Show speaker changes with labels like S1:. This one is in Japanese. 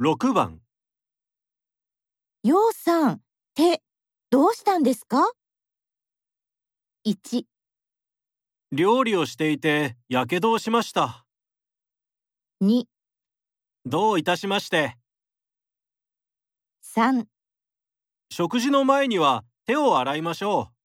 S1: 6番
S2: ようさん、手、どうしたんですか ?1、
S1: 料理をしていてやけどをしました
S2: 2、
S1: どういたしまして
S2: 3
S1: 食事の前には手を洗いましょう